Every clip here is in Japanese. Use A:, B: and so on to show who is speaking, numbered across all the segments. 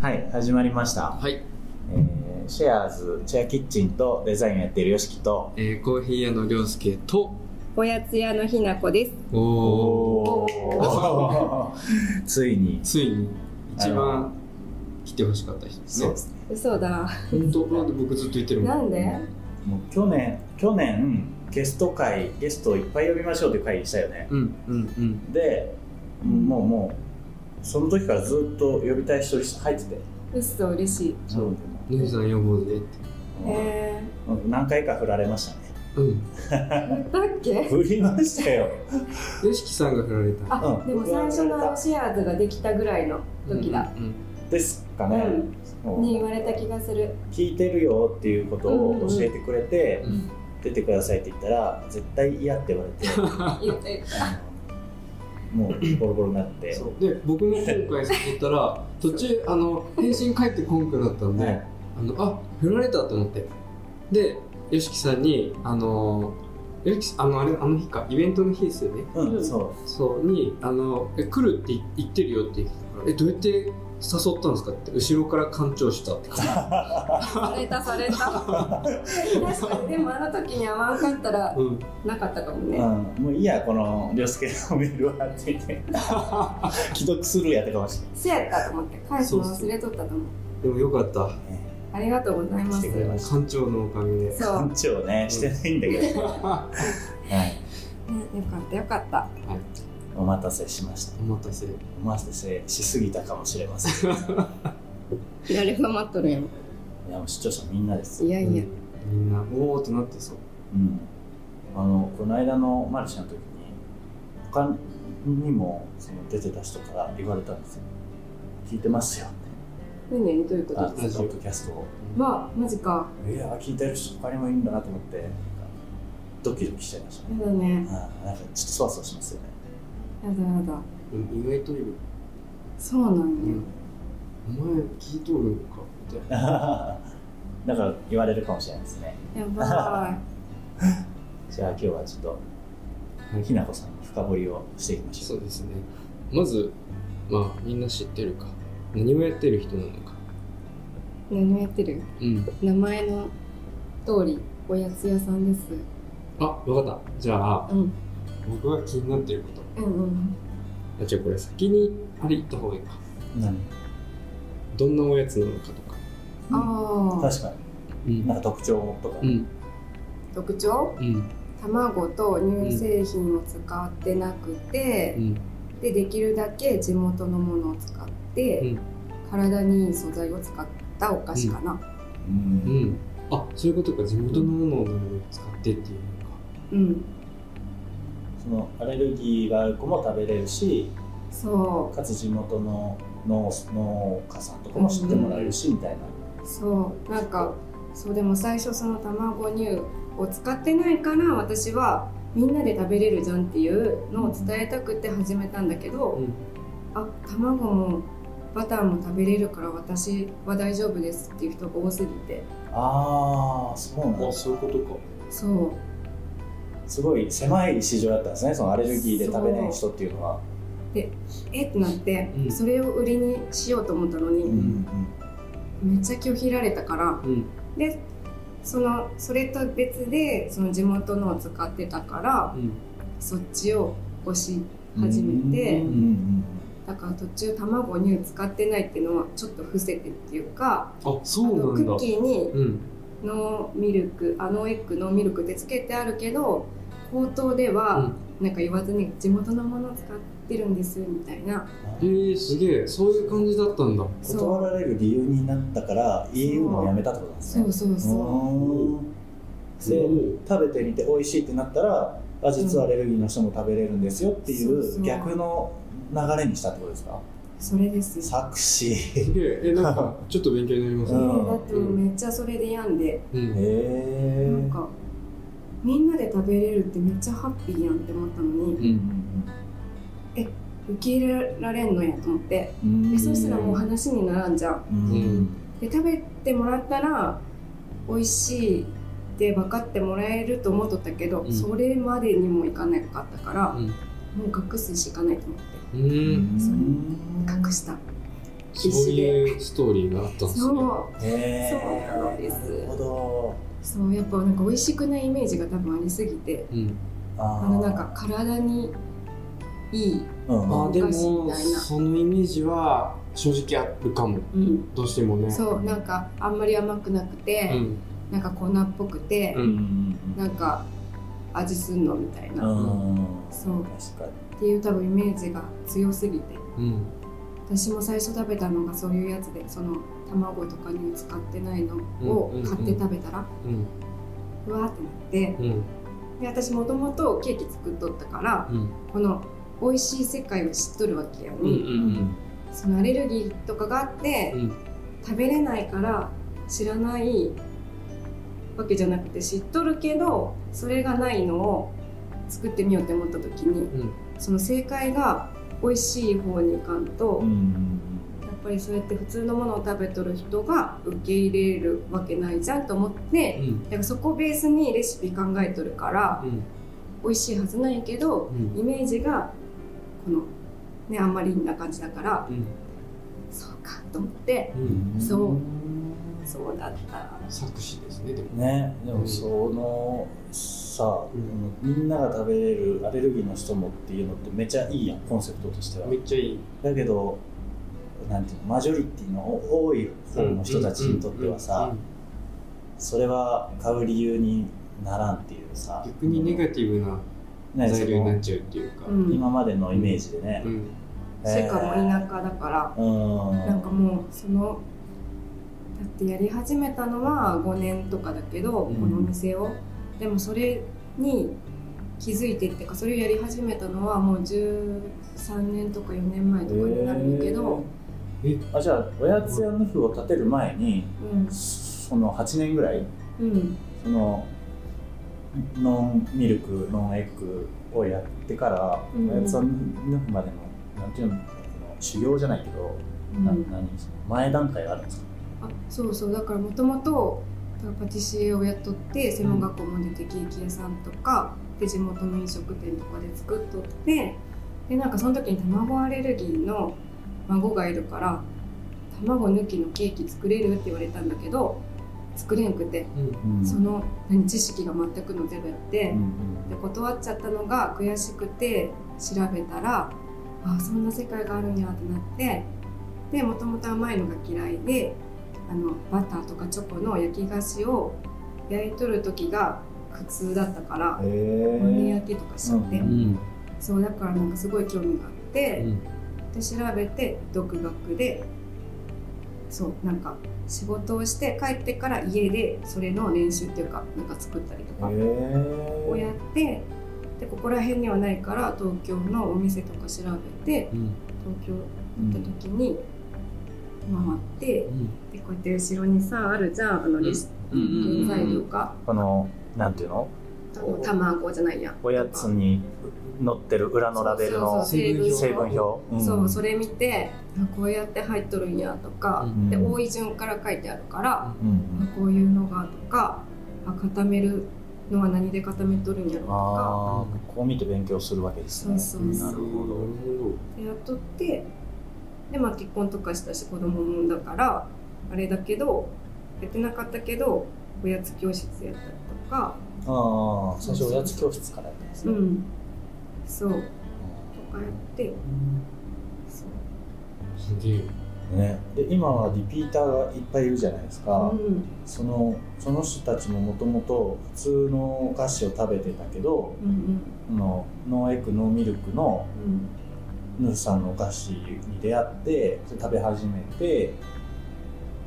A: はい、始まりました。
B: はい、
A: えーシェアーズ、シェアキッチンとデザインやってるよしきと、
B: えー、コーヒー屋の涼介と
C: おやつ屋のひなこです。
B: おお
A: おー ついに、
B: ついに一
A: あ
B: 番
A: の
B: 来てほしかった人です
A: そう
B: ね
A: ですね。
C: 嘘だ。
B: 本当なんで僕ずっと言ってるもん
C: なんで
A: もう去年、去年、ゲスト会、ゲストをいっぱい呼びましょうっていう会議したよね。
B: うんうん
A: で、もうもう、その時からずっと呼びたい人入ってて。
C: 嘘嬉しい。
A: そう。
B: うん姉さん呼ぼうぜって
C: え
A: うん何回か振られましたね。
B: うん
C: ー、だっけ？
A: 振りましたよ。
B: よしきさんが振られた
A: う
C: あ、
A: ん
C: でも最初のあのシェアーズができたぐらいの時だ。
B: うん
A: ですか
C: う
A: ね。
C: ん。
A: もう
C: に言われた気がする。
A: 聞いてるよっていうことを教えてくれて、
B: うんうん
A: 出てくださいって言ったら絶対嫌って言われ て
C: 言って
A: あのもうボロボロになって
B: そうで僕も今回誘っ たら途中あの返信返ってこんくなったんで、
A: はい
B: あのあ振られたと思ってでよしきさんにあのよしきあのあれあの日かイベントの日ですよね
A: う
C: うんん
A: そ
B: そうにあのえ来るってい言ってるよって言ってたからえどうやって誘ったんですかって後ろから干潮したって感
C: されたされた。確かにでもあの時に合わんかったら
B: じ、うん、
C: なかったかも
A: う、う
C: ね
A: ん、。もういいやこの涼介のメールはって言って 既読するやったかもし
C: せやったと思って返すの忘れとったと思う。
B: でもよかった
A: れないね
C: ありがとうございま
A: してくれ
C: す。
A: ました
B: 干潮のおかげで
C: そう。
A: 班長ねしてないんだけど、 はい、
C: ね、よかったよかった。
A: お待たせしました
B: お待たせ
A: お待たせしすぎたかもしれま せん
C: 誰が待っとるやん。
A: いやもう視聴者みんなです
C: いやいや。
B: みんなおおってなってそう
A: うん、あのこの間のマルシェの時に他にもその出てた人から言われたんですよ聞いてますよって
C: 何何どういうこ
A: あ
C: と？
A: ポッドキャストを
C: まあマジか。
A: いや聞いてる人他にもいるんだなと思ってなんかドキドキしちゃいましたね
C: やだね。
A: あーなんかちょっとそわそわし ますよね
C: やだやだ。
B: うん意外といる、
C: そうなんよ。
B: お前聞いとるんかみたいな
A: だから言われるかもしれないですね
C: やば
A: じゃあ今日はちょっとひなこさんの深掘りをしていきましょ
B: そううですねまずまあみんな知ってるか何をやってる人なのか
C: い。何をやってる
B: うん
C: 名前の通り、おやつ屋さんです。
B: あわかったじゃあ
C: うん。
B: 僕が気になってること
C: うんうん。
B: あじゃあこれ先にあれ言った方がいいか
A: 何
B: どんなおやつなのかとか、
C: ああ。
A: 確か
B: う
A: に
B: ん
A: なんか特徴とか、
B: うん
C: 特徴
B: うん
C: 卵と乳製品を使ってなくて、で、できるだけ地元のものを使って、
B: うん
C: 体にいい素材を使ったお菓子かな。
A: う
B: うんんあそういうことか地元のものを使ってっていうのか
C: うん。
A: そのアレルギーがある子も食べれるし
C: そ
A: かつ地元の農農家さんとかも知ってもらえるし、みたいな
C: う。そう。なんか、そうでも最初その卵乳を使ってないから私はみんなで食べれるじゃんっていうのを伝えたくて始めたんだけど、あ卵もバターも食べれるから私は大丈夫ですっていう人が多すぎて
A: ああそうなんだ
B: そういうことか
C: そう
A: すごい狭い市場だったんですねそのアレルギーで食べない人っていうのは
C: えってなって、
B: うん
C: それを売りにしようと思ったのに、
A: うん
C: めっちゃ拒否られたから
B: うん
C: でそのそれと別でその地元のを使ってたから
B: うん
C: そっちを推し
A: うん
C: 初めて
A: うんうん
C: だから途中卵乳使ってないっていうのはちょっと伏せてっていうか
B: あ
C: あ
B: そ
C: の
B: う
C: ク
B: なん
C: ッ
B: だ
C: キーに
B: うん
C: ノーミルクあノーエッグノーミルクってつけてあるけど口頭では、なんか言わずに地元のものを使ってるんですみたいな
B: えー、すげえそういう感じだったんだ
A: 断られる理由になったから言うのをやめたってことなんです
C: そ
A: ね
C: うそうそう
B: そ
A: ーんで
B: う
A: 食べてみて美味しいってなったらあ実はアレルギーの人も食べれるんですよってい
C: そうそうう
A: 逆の流れにしたってことですか
C: それですね
A: 作 詞
B: すげええなん かちょっと勉強になります
C: だ
B: ね
A: うん
C: ってもうめっちゃそれで病んで、
B: う
A: へ
B: ん
A: え
C: なんかみんなで食べれるってめっちゃハッピーやんって思ったのに
B: うん
C: 受け入れられんのやと思ってでそしたらもう話にならんじゃん
A: うんうん
C: で食べてもらったら美味しいって分かってもらえると思っとったけど、
B: うん
C: それまでにもいかなかったから、
B: うん
C: もう隠すしかないと思って
B: うん
C: 隠し
B: そ
C: た
B: う
C: 必死で
B: いうストーリーがあったんです
C: そう
B: ね
A: へ
C: そうなんです
A: なるほど
C: そうやっぱなんか美味しくないイメージが多分ありすぎて
B: うん、
A: あ
C: あ
A: ー
C: のなんか体にいい、
A: うん
B: あ
A: うん
B: ーで
C: お菓子み
B: も
C: たいな
B: そのイメージは正直あるかも
C: うん、
B: どうしてもね
C: そうなんかあんまり甘くなくて、
B: ん
C: なんか粉っぽくて
A: う
B: う、
A: んうん
C: なんか味すんのみたいな、
A: う
C: っ
A: んうん
C: そう
A: 確かに
C: ていう多分イメージが強すぎて
B: うん
C: 私も最初食べたのがそういうやつでその卵とかに使ってないのを
B: うんうんうん
C: 買って食べたら、
B: うん
C: うわーってなって
B: うん
C: で私もともとケーキ作っとったから
B: うん
C: この美味しい世界を知っとるわけやに、
B: うんうん
C: そのアレルギーとかがあって、
B: うん
C: 食べれないから知らないわけじゃなくて知っとるけどそれがないのを作ってみようって思った時に
B: うん
C: その正解が美味しい方にいかんと、
A: うんうん
C: やっぱりそうやって普通のものを食べとる人が受け入れるわけないじゃんと思って、だからそこをベースにレシピ考えとるから
B: うん
C: 美味しいはずないけど
B: うん
C: イメージがこのねあんまりな感じだから
B: うん
C: そうかと思って
B: う
A: うんん
C: そうんそうだった
B: 作詞ですねでも
A: ねで
B: う
A: も
B: ん
A: そのさ、
B: うん
A: みんなが食べれるアレルギーの人もっていうのってめちゃいいやんコンセプトとしては
B: めっちゃいい
A: だけどなんていうのマジョリティの多い方の人たちにとってはさそれは買う理由にならんっていうさ
B: 逆にネガティブな
A: ねそ
B: 材料になっ
A: の
B: ちゃうっていうか
C: うん
A: 今までのイメージでね
B: う、ん
C: しかも田舎だから、
A: うん
C: なんかもうそのだってやり始めたのは5年とかだけど、
B: うん
C: このお店をでもそれに気づいてっていうかそれをやり始めたのはもう13年とか4年前とかになるんだけど、
A: あじゃあおやつ屋の夫を建てる前に
C: うん
A: その8年ぐらい
C: うん
A: そのノンミルクノンエッグをやってから、
C: うん
A: おやつ屋の夫までのなんていうのこの修行じゃないけど、
C: うん
A: な何その前段階があるんですか
C: あそうそうだからもともとパティシエをやっとって専門学校も出てケーキ屋さんとかで地元の飲食店とかで作っとってでなんかその時に卵アレルギーの孫がいるから卵抜きのケーキ作れるって言われたんだけど作れんくて
B: うん
A: うん
C: その何知識が全くのゼロやって。
A: うん
C: で断っちゃったのが悔しくて調べたらあそんな世界があるんやってなってでもともと甘いのが嫌いであのバターとかチョコの焼き菓子を焼いとる時が苦痛だったから
A: うん、へ
C: 骨
A: ー
C: 焼きとかしちゃって、
A: う
B: うん
C: そうだからなんかすごい興味があって、で調べて独学でそうなんか仕事をして帰ってから家でそれの練習っていうかなんか作ったりとか。
A: へ
C: をやってでここら辺にはないから東京のお店とか調べて
B: うん
C: 東京
A: うん
C: 行った時に回って
B: うん
C: でこうやって後ろにさあるじゃんあのレシ
B: うんうん
C: ピ原材料が、
A: このなんていうの
C: あの卵じゃないや
A: おやつに載ってる裏のラベルの
C: そうそうそう
A: 成
C: 成
A: 分表
C: 分表、
A: ん
C: そうそれ見てあこうやって入っとるんやとか、
A: ん
C: で多い順から書いてあるから、
A: うんうん
C: あこういうのがとかあ固めるのは何で固めとるんやろとか
A: ああこう見て勉強するわけですね
C: そうそうそう
A: なるほど
C: でやっとってで、まあ、結婚とかしたし子供も産んだからあれだけどやってなかったけどおやつ教室やったりとか
A: ああ最初おやつ教室からやったんです
C: う
A: ね、
C: んそうとかやってそう
B: すげえ
A: ね、で今はリピーターがいっぱいいるじゃないですか、
C: うん
A: そのその人たちももともと普通のお菓子を食べてたけど
C: うんうん
A: あのノーエッグノーミルクの
C: うん
A: ヌーさんのお菓子に出会ってそれ食べ始めて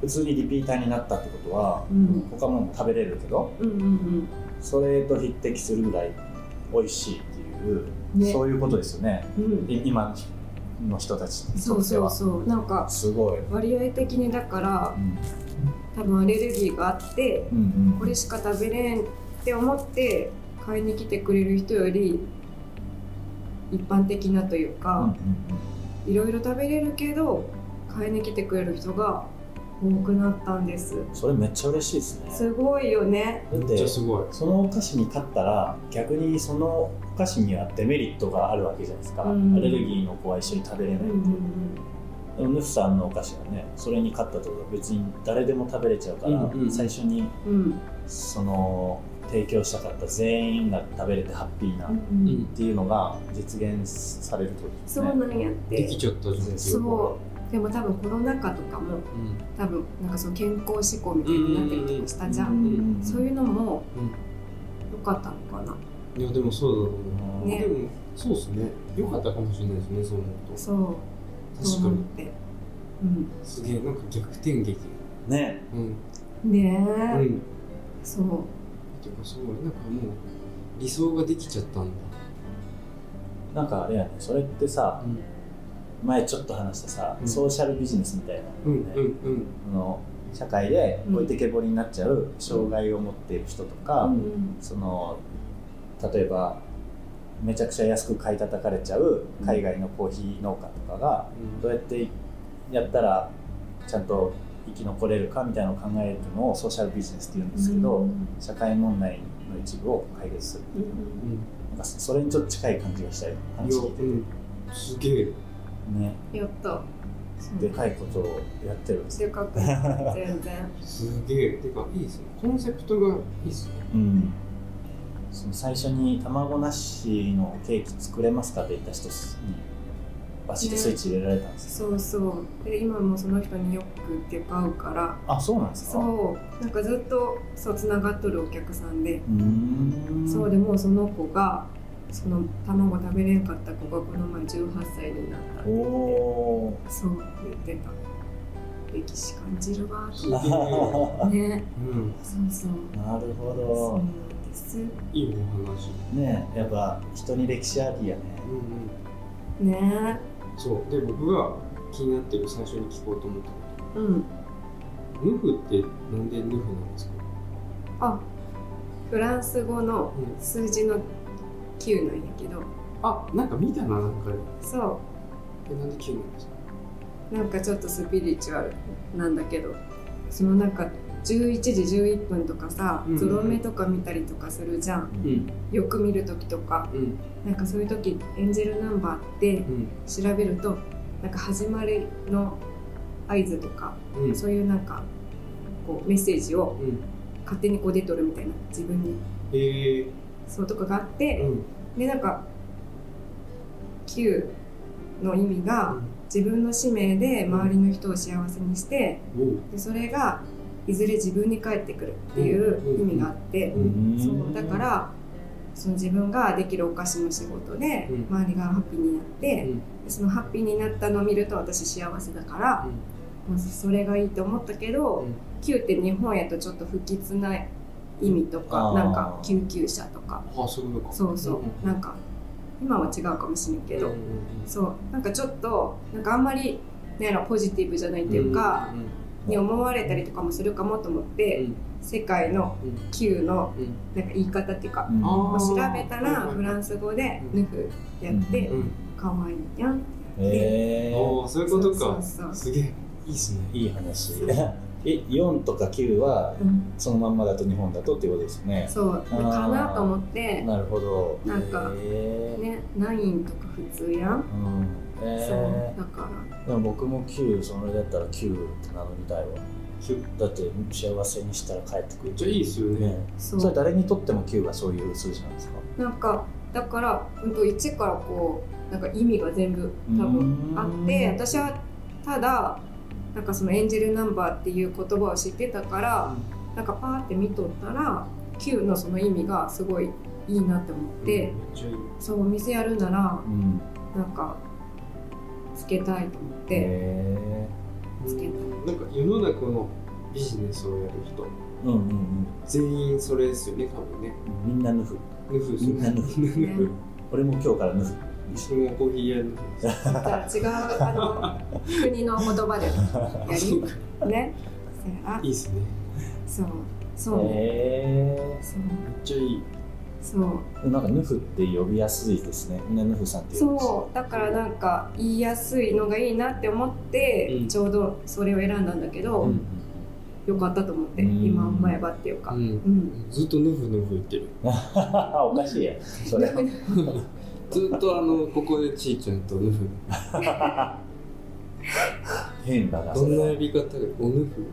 A: 普通にリピーターになったってことは
C: うん
A: 他も食べれるけど
C: うんうん
A: それと匹敵するぐらい美味しいっていう、
C: うんね
A: そういうことですよね
C: うん
A: い今の人たちに
C: そ
A: と
C: う
A: って
C: そう
A: は
C: そうなんか
A: すごい、う
C: 割合的にだから
A: ん
C: 多分アレルギーがあって
A: うんうん、
C: これしか食べれんって思って買いに来てくれる人より一般的なというか、
A: うんうん
C: いろいろ食べれるけど買いに来てくれる人が多くなったんです
A: うん、それめっちゃ嬉しいですね
C: すごいよね
A: だっ
B: めっち
A: て
B: ゃすごい
A: そのお菓子に勝ったら逆にそのお菓子にはデメリットがあるわけじゃないですか、
C: うん
A: アレルギーの子は一緒に食べれ
C: う
A: なんい、
C: うん
A: でもヌフさんのお菓子がねそれに勝ったってことは別に誰でも食べれちゃうから、
B: うんうん
A: 最初に
C: うん
A: その提供したかった全員が食べれてハッピーなっ
C: う、
B: うんん
A: ていうのが実現されるといいです
C: そう
A: ね。
C: なんやっ
B: で
C: て
B: きちゃったじゃんですよ
C: そうでも多分コロナ禍とかも
B: うん
C: 多分なんかその健康志向みたいになってるとかしたじゃん、
A: ん
C: そういうのも
B: うん
C: 良かったのかな、
B: いやでもそうだと思う、
C: ね
B: でもそうですね良かったかもしれないですねそう思うと
C: そう
B: 確
C: そう
B: か
C: 思っ
B: に
C: てうん
B: すげえなんか逆転劇
A: ね
B: うん
C: ね
B: う
C: え、
B: ん
C: そう
B: てかそうなんかもう理想ができちゃったんだ
A: なんかあれやねそれってさ
B: うん
A: 前ちょっと話したさ、
B: うん
A: ソーシャルビジネスみたいな、ね
B: うんうん
A: その社会で置いてけぼりになっちゃう障害を持っている人とか、
C: うんうん
A: その例えばめちゃくちゃ安く買い叩かれちゃう海外のコーヒー農家とかが
B: うん
A: どうやってやったらちゃんと生き残れるかみたいなのを考えるのをソーシャルビジネスって言うんですけど、
C: うん
A: 社会問題の一部を解決する
C: うん
A: なんかそれにちょっと近い感じがしたり
B: うん
A: 話聞いて
B: いやうんすげえ
A: ね
C: やったそう
A: でかいことをやってるんですよ、
C: でかく ない全然
B: すげえてかいいですねコンセプトがいいですね
A: うん、その最初に卵なしのケーキ作れますかって言った人にバシッとスイッチ入れられたんですよ、
C: そうそうで今もその人によく出会うから
A: あそうなんですか
C: そうなんかずっとそうつながっとるお客さんで、
A: うーん
C: そうでもうその子がその卵食べれんかった子がこの前18歳になったって
A: お
C: 言って
A: お
C: そう言ってた歴史感じるわ
B: すげえ
C: ね
B: うん
C: そうそう
A: ーなるほ
C: そ
A: ど
C: うなんです
B: いいお話
A: ねえやっぱ人に歴史ありやね
B: うんうん
C: ね
B: そうで僕が気になってる最初に聞こうと思ったこ
C: うん
B: とヌフってなんでヌフなんですか
C: あフランス語の
B: うん
C: 数字の9なんやけど
B: あなんか見たななんか
C: そ
B: えなんで9なんですか
C: うなんかちょっとスピリチュアルなんだけどそのなんか11時11分とかさ
B: うん
C: ゾロ目とか見たりとかするじゃん
B: うん
C: よく見る時とか
B: うん
C: なんかそういう時エンジェルナンバーって
B: うん
C: 調べるとなんか始まりの合図とか
B: うん
C: そういうなんかこうメッセージを
B: うん
C: 勝手にこう出とるみたいな自分に
B: へえ
C: そうとかがあって、
B: うん
C: でなんか9の意味が自分の使命で周りの人を幸せにして
B: おう
C: でそれがいずれ自分に返ってくるっていう意味があって
B: う、ん
C: そうだからその自分ができるお菓子の仕事で
B: うん
C: 周りがハッピーになっ
B: う
C: て、
B: ん
C: でそのハッピーになったのを見ると私幸せだから、もうそれがいいと思ったけど、
B: うん
C: 9って日本やとちょっと不吉な意味と
A: あ
C: か
A: ー
C: なんか救急車とか
B: あそういうことか
C: そうそう、
B: ん
C: なんか今は違うかもしれんけど、
B: うんうんうん
C: そうなんかちょっとなんかあんまりなんやろポジティブじゃないっていうか、
B: うん
C: に思われたりとかもするかもと思って、
B: うん
C: 世界の
B: うん
C: 9の
B: うん
C: なんか言い方っていうか、
A: うん
B: あー
C: 調べたら
B: うん
C: フランス語で
B: うん
C: ヌフやって
B: うん
C: 可愛、いいやん。
A: へえ
B: ああそういうこと
C: そう
B: か
C: そうそう
B: すげえいいっすね
A: いい話 え4とか9は
C: うん
A: そのまんまだと日本だとっていうことですね
C: そう
A: あー
C: かなと思って
A: なるほど
C: なんか
A: へえ
C: ねナインとか普通やん。
A: うん
C: そう
A: え
C: だから
A: ー、でも僕も9それだったら9って名乗りたいわ
B: きゅ
A: だって幸せにしたら帰ってくる
B: じゃあいいっすよね
A: ね
C: そ
A: それ
C: う
A: 誰にとっても9がそういう数字なんですか
C: なんかだからうんと一からこうなんか意味が全部多分
A: 分
C: あって私はただなんかそのエンジェルナンバーっていう言葉を知ってたからなんかパーって見とったら Q のその意味がすごいいいなって思って、
B: うんめっちゃいい
C: そうお店やるなら
A: うん
C: なんかつけたいと思っ
A: へ
C: て、
A: え
C: つけた
B: うんなんか世の中のビジネスをやる人
A: うんうんうん
B: 全員それですよね多分ね
A: みんなヌフ
B: ヌフです
A: み
B: よ
A: んな
B: ね
A: ヌフ
C: ね、
A: 俺も今日からヌフ
B: 私もコーヒー屋ヌフです
C: だったら違うあの国の言葉でや
B: そう
C: り
B: か
C: ねそやない
B: いっすね
C: そうそうね、
A: へえ
C: そう
B: めっちゃいい
C: そう
A: なんかヌフって呼びやすいですねみんなヌフさんって呼ぶし
C: そうだからなんか言いやすいのがいいなって思って、
B: うん
C: ちょうどそれを選んだんだけど、
B: うん
C: よかったと思って、
A: うん
C: 今思えばっていうか、うん
B: んずっとヌフヌフ言 ってる
A: おかしいやそれ
B: ずっとあのここでちーちゃんとヌフ
A: 変だな
B: どんな
A: それ
B: 呼び方がおぬふ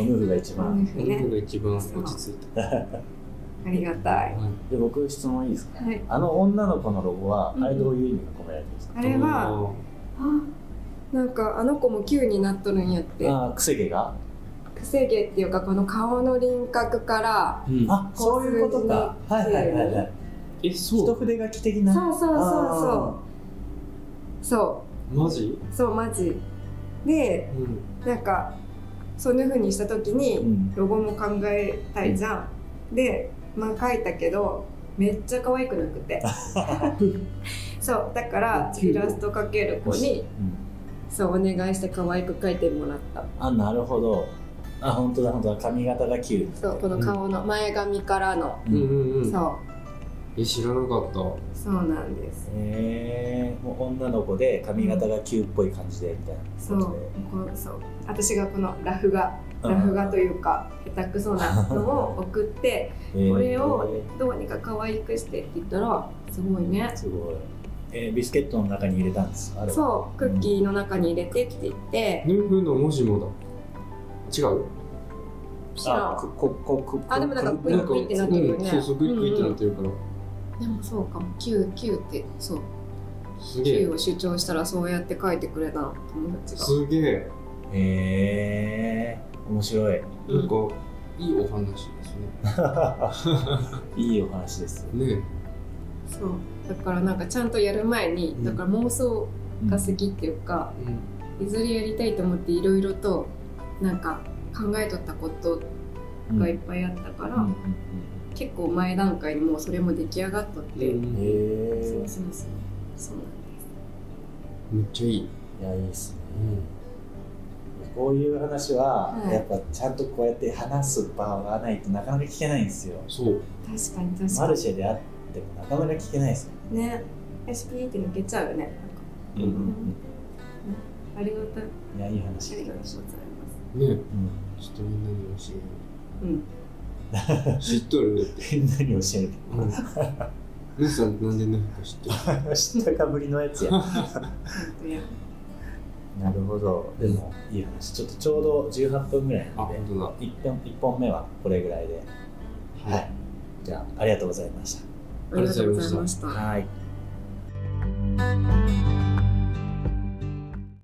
A: おぬるが一番
B: おぬふが一番落ち着いた、
C: ありがたい。
B: はい
A: で僕質問いいですか
C: はい。
A: あの女の子のロゴはあれどういう意味が込められてるんですか
C: あれは、あなんかあの子も Q になっとるんやって。
A: あーくせ毛が
C: くせ毛っていうかこの顔の輪郭から、
B: うん
A: あそういうことか
C: こう
A: はい
C: 数字に
A: はいはいはい
B: えそ
A: 一
B: う
A: 筆書き的
C: そ
A: な
C: うそうそう
A: あ
C: そう。そ
B: マジ、
C: うそうマジ。で
B: うん、
C: なんかそういう風にした時に、
A: ーうん
C: ロゴも考えたいじゃん。で、まあ書いたけど、めっちゃ可愛くなくて。そう、だからイラスト描ける子に、
A: うん
C: そうお願いして可愛く描いてもらった。
A: あなるほどあ本当だ本当だ髪型がキュ
C: そう、この顔の前髪からの。
B: うんうんうん
C: そう、
B: え知らなかった
C: そうなんです。
A: へえもう女の子で髪型がキュっぽい感じでみたいな
C: そう、こう、そう、私がこのラフ画、ラフ画というか、下手くそなのを送って、
A: うん
C: これを
A: へ
C: どうにか可愛くしてって言ったら、すごいね
A: ー。すごい、えー、ビスケットの中に入れたんですあれは
C: そう、クッキーの中に入れてって言って、
B: ぬふの文字もだ違う
C: 知らん
A: あ、こ、こ、こ、
C: あでもなんかブイ
B: なんか
C: ブイってなってるよね
B: うんそうそうブイブイってなってるから、
C: でもそうかも9 9ってそう
B: すげえ
C: 9を主張したらそうやって書いてくれたの友達が
B: すげえ
A: へえー、面白い。
C: うん
B: なんか、いいお話です
A: いいお話です。
B: ねね
C: そうだからなんかちゃんとやる前に、
B: うん
C: だから妄想が好きっていうか、
B: うん
C: いずれやりたいと思っていろいろとなんか考えとったこと
A: うん
C: がいっぱいあったから、
A: うんうん
C: 結構前段階にもうそれも出来上がっとって、
A: うん
B: え
A: へ
C: そう
A: え
C: そうそうそうな
B: めっちゃいい、
A: いや、いいっすね。こういう話は、
C: はい
A: やっぱちゃんとこうやって話す場がないとなかなか聞けないんですよ。
B: そうん
C: です確かに確
A: マ
C: か
A: ルシェであってもなかなか聞けないですね。
C: にね SP って抜けちゃうよねなんか
B: うん
C: ありがたい
A: いや、いい
C: あ
A: 話。
C: りがとうございます
A: う
B: ね
A: ん
B: ちょっとみんなに教
C: うん
B: えよう知っとるんだって
A: みんなに教える
B: うんぬさんなんでぬふか知って る
A: 知ったかぶりのやつや
C: 本当や
A: なるほどでもいい話ちょっとちょうど18分ぐらい
B: あ
A: なんで
B: 本当だ
A: 一本一本目はこれぐらいでは
B: はい
A: いじゃあありがとうございまし
C: ありがとうございました
A: た。はい